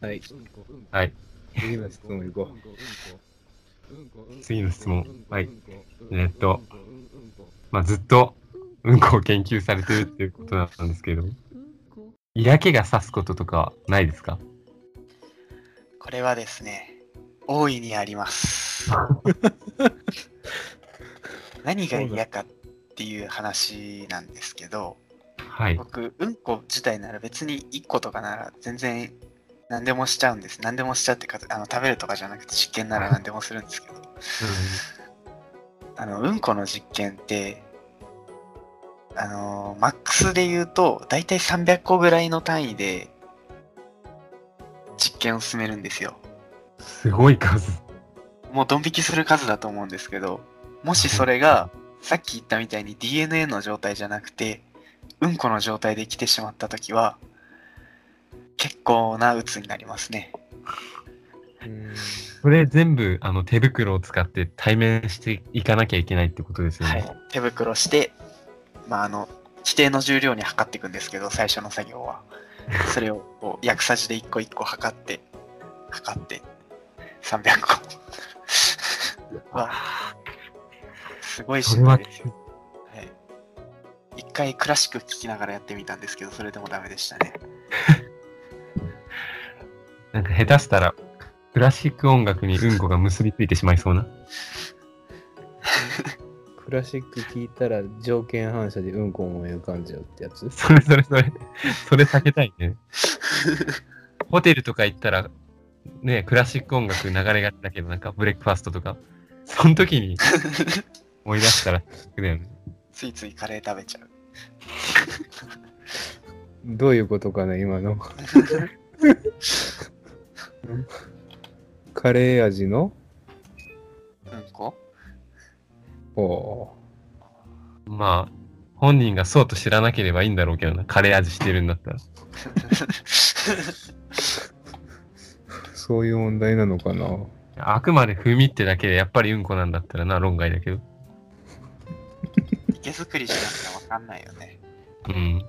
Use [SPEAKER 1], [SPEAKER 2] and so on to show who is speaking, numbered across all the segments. [SPEAKER 1] はい。
[SPEAKER 2] はい。
[SPEAKER 1] 次の質問行こ
[SPEAKER 2] 次の質問。はい。えーっと、まあ、ずっと、うんこを研究されてるっていうことなんですけど、嫌気がさすこととかないですか
[SPEAKER 3] これはですね、大いにあります。何が嫌かっていう話なんですけど、
[SPEAKER 2] はい。
[SPEAKER 3] 僕、うんこ自体なら別に1個とかなら全然何でもしちゃうんです。何でもしちゃうってかあの食べるとかじゃなくて実験なら何でもするんですけど、あのうんこの実験って、あのマックスで言うと大体300個ぐらいの単位で実験を進めるんですよ。
[SPEAKER 2] すごい数。
[SPEAKER 3] もうドン引きする数だと思うんですけど、もしそれが、さっき言ったみたいに DNA の状態じゃなくて、うんこの状態で来てしまったときは、結構な鬱になりますね。
[SPEAKER 1] う。うん。
[SPEAKER 2] それ全部、あの、手袋を使って対面していかなきゃいけないってことですよね。
[SPEAKER 3] はい。手袋して、まあ、あの、規定の重量に測っていくんですけど、最初の作業は。それを、こう、薬さじで一個一個測って、測って、300個。わあすごい
[SPEAKER 2] そ
[SPEAKER 3] し
[SPEAKER 2] れ
[SPEAKER 3] んど
[SPEAKER 2] はい
[SPEAKER 3] ですよ。はい。一回クラシック聴きながらやってみたんですけど、それでもダメでしたね。
[SPEAKER 2] なんか下手したら、クラシック音楽にうんこが結びついてしまいそうな。
[SPEAKER 1] クラシック聞いたら条件反射でうんこ思い浮かんじゃうってやつ
[SPEAKER 2] それそれそれ、それ避けたいね。ホテルとか行ったら、ね、クラシック音楽流れがちだけど、なんかブレックファストとか、その時に思い出したら、だよね。
[SPEAKER 3] ついついカレー食べちゃう。
[SPEAKER 1] どういうことかな、今 の。カレー味の
[SPEAKER 3] うんこ
[SPEAKER 1] おー
[SPEAKER 2] まあ、本人がそうと知らなければいいんだろうけどな、カレー味してるんだったら。
[SPEAKER 1] そういう問題なのかな。
[SPEAKER 2] あくまで風味ってだけで、やっぱりうんこなんだったらな、論外だけど。
[SPEAKER 3] 池作りしなきゃわかんないよね。
[SPEAKER 2] うん。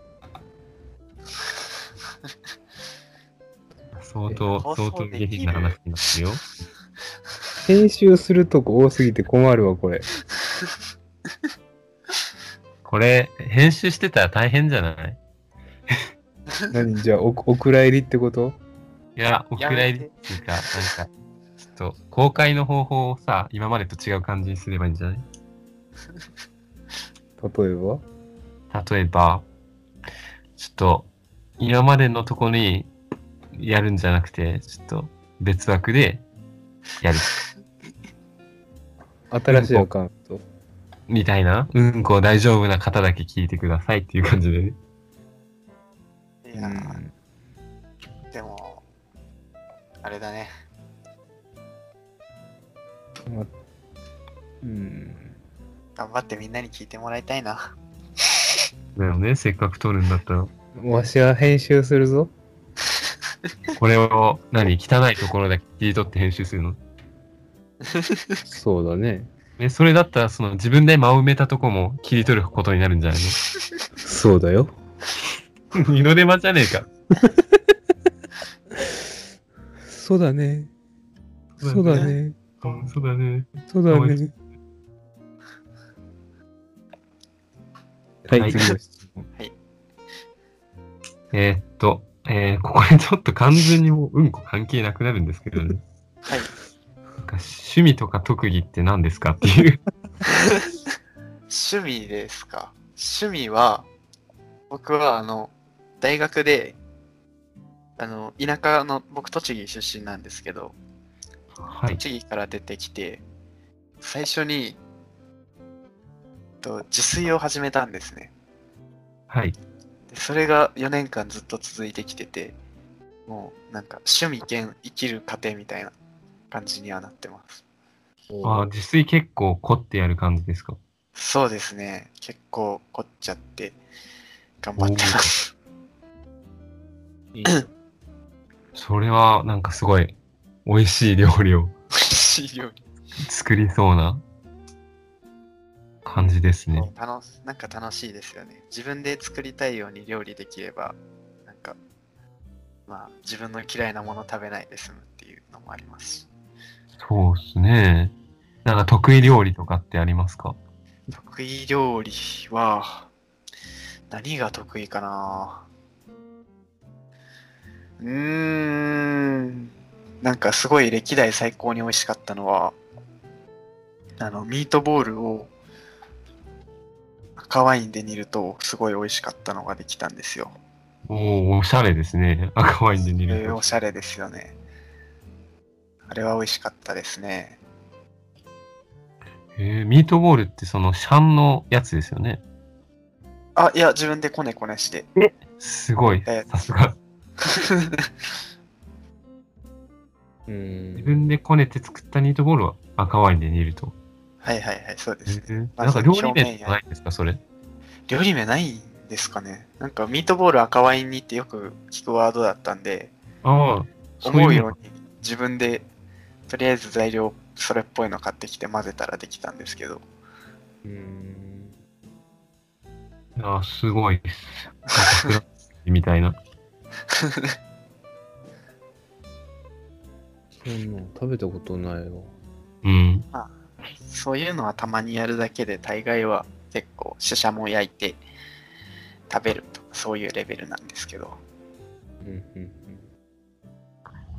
[SPEAKER 2] 相当、
[SPEAKER 3] 放
[SPEAKER 2] 相
[SPEAKER 3] 送
[SPEAKER 2] 当下
[SPEAKER 3] できる
[SPEAKER 2] 品な話になってるよ。
[SPEAKER 1] 編集するとこ多すぎて困るわ、これ。
[SPEAKER 2] これ、編集してたら大変じゃない
[SPEAKER 1] 何じゃあお、お蔵入りってこと
[SPEAKER 2] いや、お
[SPEAKER 3] や
[SPEAKER 2] 蔵入
[SPEAKER 3] めて
[SPEAKER 2] りっていうか、なんか、ちょっと、公開の方法をさ、今までと違う感じにすればいいんじゃない
[SPEAKER 1] 例えば
[SPEAKER 2] 例えば、ちょっと、今までのとこにやるんじゃなくて、ちょっと、別枠でやる。
[SPEAKER 1] 新しいアカウント。
[SPEAKER 2] みたいな、うんこ大丈夫な方だけ聞いてくださいっていう感じでね。
[SPEAKER 3] いやー、でも、あれだね。
[SPEAKER 1] うん。
[SPEAKER 3] 頑張ってみんなに聞いてもらいたいな。
[SPEAKER 2] だよね、せっかく撮るんだったら。
[SPEAKER 1] うん。わしは編集するぞ。
[SPEAKER 2] これを、何、汚いところだけ切り取って編集するの
[SPEAKER 1] そうだね。
[SPEAKER 2] え、それだったら、その、自分で間を埋めたとこも切り取ることになるんじゃないの
[SPEAKER 1] そうだよ。
[SPEAKER 2] 二度手間じゃねえか。
[SPEAKER 1] そうだね。そうだね。
[SPEAKER 2] そうだね。
[SPEAKER 1] そうだね。は、
[SPEAKER 2] はいい
[SPEAKER 1] 次の質問。
[SPEAKER 2] えーっと、えーここでちょっと完全にもううんこ関係なくなるんですけどね。
[SPEAKER 3] はい。
[SPEAKER 2] なんか趣味とか特技って何ですかっていう。
[SPEAKER 3] 趣味ですか趣味は僕はあの大学であの田舎の僕栃木出身なんですけど、
[SPEAKER 2] はい。
[SPEAKER 3] 栃木から出てきて最初にと自炊を始めたんですね
[SPEAKER 2] はい。
[SPEAKER 3] でそれが4年間ずっと続いてきててもうなんか趣味兼生きる糧みたいな感じにはなってます
[SPEAKER 2] あー自炊結構凝ってやる感じですか。
[SPEAKER 3] そうですね結構凝っちゃって頑張ってます
[SPEAKER 1] いいね
[SPEAKER 2] それはなんかすごい美味しい料理を
[SPEAKER 3] 美味しい料理
[SPEAKER 2] 作りそうな感じですね。
[SPEAKER 3] 楽しなんか楽しいですよね自分で作りたいように料理できればなんかまあ、自分の嫌いなもの食べないで済むっていうのもありますし、
[SPEAKER 2] そうですね。なんか得意料理とかってありますか
[SPEAKER 3] 得意料理は、何が得意かなうーん、なんかすごい歴代最高に美味しかったのは、あの、ミートボールを赤ワインで煮るとすごい美味しかったのができたんですよ。
[SPEAKER 2] おお、おしゃれですね。赤ワインで煮
[SPEAKER 3] え
[SPEAKER 2] る
[SPEAKER 3] ー
[SPEAKER 2] と
[SPEAKER 3] お。しゃれですよね。あれは美味しかったですね。
[SPEAKER 2] えー、ミートボールってそのシャンのやつですよね。
[SPEAKER 3] あ、いや、自分でこねこねして。
[SPEAKER 2] すごい。
[SPEAKER 3] えー
[SPEAKER 2] さすが。
[SPEAKER 1] うん。
[SPEAKER 2] 自分でこねて作ったミートボールは赤ワインで煮ると。
[SPEAKER 3] はいはいはい、そうですね。
[SPEAKER 2] えー
[SPEAKER 3] ま
[SPEAKER 2] なん
[SPEAKER 3] ず
[SPEAKER 2] か料理
[SPEAKER 3] 表
[SPEAKER 2] 名
[SPEAKER 3] 面
[SPEAKER 2] じ
[SPEAKER 3] や
[SPEAKER 2] ゃないんですか、それ。
[SPEAKER 3] 料理名ないんですかね。なんかミートボール赤ワイン煮ってよく聞くワードだったんで、
[SPEAKER 2] ああ、そう
[SPEAKER 3] 思う
[SPEAKER 2] いう
[SPEAKER 3] よ
[SPEAKER 2] の。
[SPEAKER 3] うに自分でとりあえず材料それっぽいの買ってきて混ぜたらできたんですけど。
[SPEAKER 1] うん。
[SPEAKER 2] いやー、すごいです。なんかフランスみたいな。
[SPEAKER 1] そんなん食べたことないわ。
[SPEAKER 2] うん。
[SPEAKER 3] そういうのはたまにやるだけで、大概は結構、シャシャも焼いて食べるとか、そういうレベルなんですけど。
[SPEAKER 1] うんうん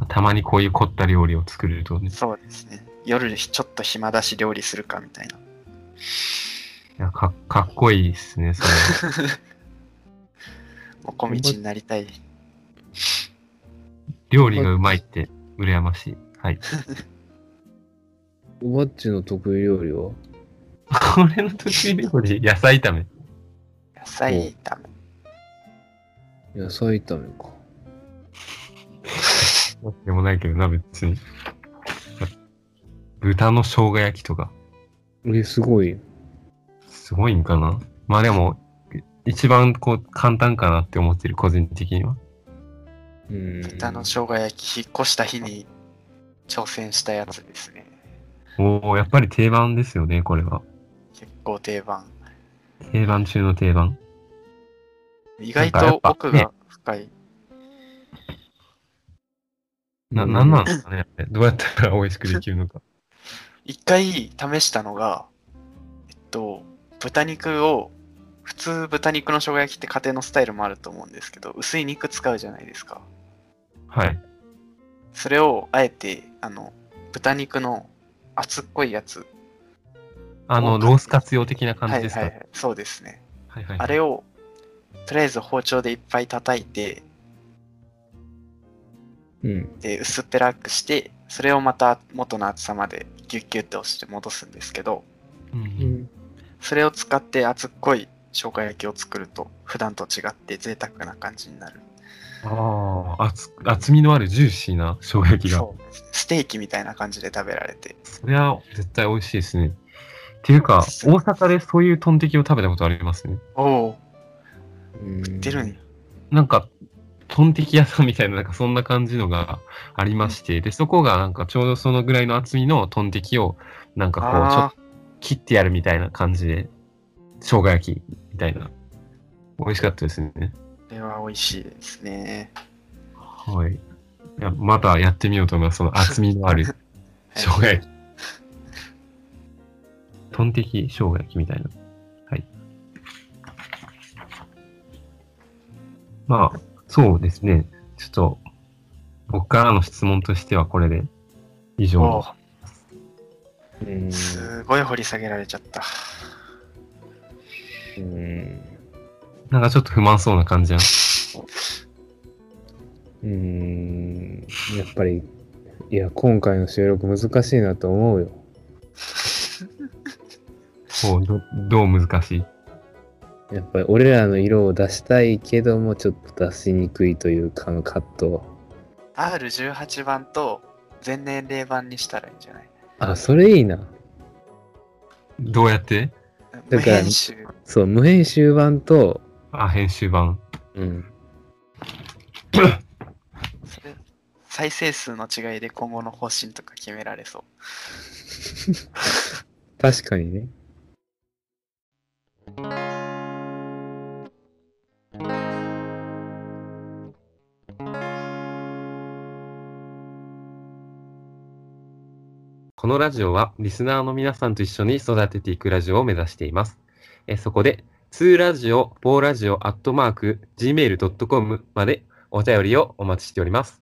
[SPEAKER 2] たまにこういう凝った料理を作れるとね。
[SPEAKER 3] そうですね。夜ちょっと暇だし料理するかみたいな。
[SPEAKER 2] いやかかっこいいですね、それ。
[SPEAKER 3] おこみちになりたい。
[SPEAKER 2] 料理がうまいって、羨ましい。はい。
[SPEAKER 1] うん。おばっちの得意料理は
[SPEAKER 2] これの得意料理、野菜炒め。
[SPEAKER 3] 野菜炒め。
[SPEAKER 1] 野菜炒めか。
[SPEAKER 2] でもないけどな、別に。豚の生姜焼きとか、
[SPEAKER 1] え、すごい。
[SPEAKER 2] すごいんかな。まあでも、一番こう簡単かなって思ってる、個人的には。
[SPEAKER 1] うん。
[SPEAKER 3] 豚の生姜焼き、引っ越した日に挑戦したやつですね。
[SPEAKER 2] おおやっぱり定番ですよね、これは。
[SPEAKER 3] 結構定番。
[SPEAKER 2] 定番中の定番。
[SPEAKER 3] 意外
[SPEAKER 2] なんかや
[SPEAKER 3] と
[SPEAKER 2] っぱ
[SPEAKER 3] 奥が深い。
[SPEAKER 2] な、
[SPEAKER 1] うん
[SPEAKER 2] なんなんですかね、あれどうやったら美味しくできるのか。
[SPEAKER 3] 一回試したのが、えっと、豚肉を、普通豚肉の生姜焼きって家庭のスタイルもあると思うんですけど、薄い肉使うじゃないですか。
[SPEAKER 2] はい。
[SPEAKER 3] それをあえて、あの、豚肉の厚っこいやつ。
[SPEAKER 2] あの、ロース活用的な感
[SPEAKER 3] は
[SPEAKER 2] じ
[SPEAKER 3] い
[SPEAKER 2] です
[SPEAKER 3] は
[SPEAKER 2] か。
[SPEAKER 3] い
[SPEAKER 2] は
[SPEAKER 3] はいい。そうですね。
[SPEAKER 2] はいはい。
[SPEAKER 3] あれを、とりあえず包丁でいっぱい叩いて、
[SPEAKER 1] うん。
[SPEAKER 3] で、薄っぺらくして、それをまた元の厚さまでギュッギュッと押して戻すんですけど、
[SPEAKER 2] うん
[SPEAKER 1] うん。
[SPEAKER 3] それを使って厚っこい生姜焼きを作ると、普段と違って贅沢な感じになる。
[SPEAKER 2] ああ、厚厚みのあるジューシーな生姜焼きが。
[SPEAKER 3] そうですねステーキみたいな感じで食べられて。
[SPEAKER 2] そりゃ絶対美味しいですね。っていうか、大阪でそういうトンテキを食べたことありますね。
[SPEAKER 3] おお、
[SPEAKER 1] うん。
[SPEAKER 3] 出るんや。
[SPEAKER 2] なんか、トンテキ屋さんみたいな、なんかそんな感じのがありまして、で、そこがなんかちょうどそのぐらいの厚みのトンテキを、なんかこう、ちょっ
[SPEAKER 3] あ
[SPEAKER 2] と切ってやるみたいな感じで、生姜焼きみたいな。美味しかったですね。
[SPEAKER 3] あ、これは美味しいですね。
[SPEAKER 2] はい。いやまたやってみようと思います。その厚みのある生姜
[SPEAKER 3] はい
[SPEAKER 2] 焼き。 トンテキ生姜焼きみたいな。はい。まあ、そうですね。ちょっと、僕からの質問としてはこれで以上
[SPEAKER 3] お
[SPEAKER 2] に
[SPEAKER 3] お、
[SPEAKER 1] うん。
[SPEAKER 3] すごい掘り下げられちゃった。
[SPEAKER 1] うん。
[SPEAKER 2] なんかちょっと不満そうな感じやん。
[SPEAKER 1] うん。やっぱり、いや、今回の収録難しいなと思うよ。
[SPEAKER 2] こうど、どう難しい
[SPEAKER 1] やっぱり俺らの色を出したいけどもちょっと出しにくいというかのカット
[SPEAKER 3] R18 版と全年齢版にしたらいいんじゃない
[SPEAKER 1] あそれいいな
[SPEAKER 2] どうやって
[SPEAKER 1] ら
[SPEAKER 3] 無編集。
[SPEAKER 1] そう無編集版と
[SPEAKER 2] あ、編集版。
[SPEAKER 1] うん
[SPEAKER 3] それ再生数の違いで今後の方針とか決められそう。
[SPEAKER 1] 確かにね
[SPEAKER 2] 「このラジオはリスナーの皆さんと一緒に育てていくラジオを目指しています。えそこで、2ラジオ、4ラジオ、アットマーク、gmail.com までお便りをお待ちしております。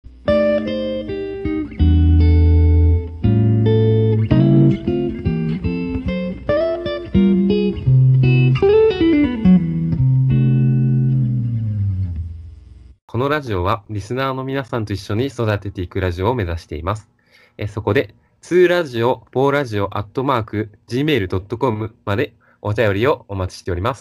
[SPEAKER 2] このラジオはリスナーの皆さんと一緒に育てていくラジオを目指しています。えそこで、2ラジオ、4ラジオ、アットマーク、gmail.com までお便りをお待ちしております。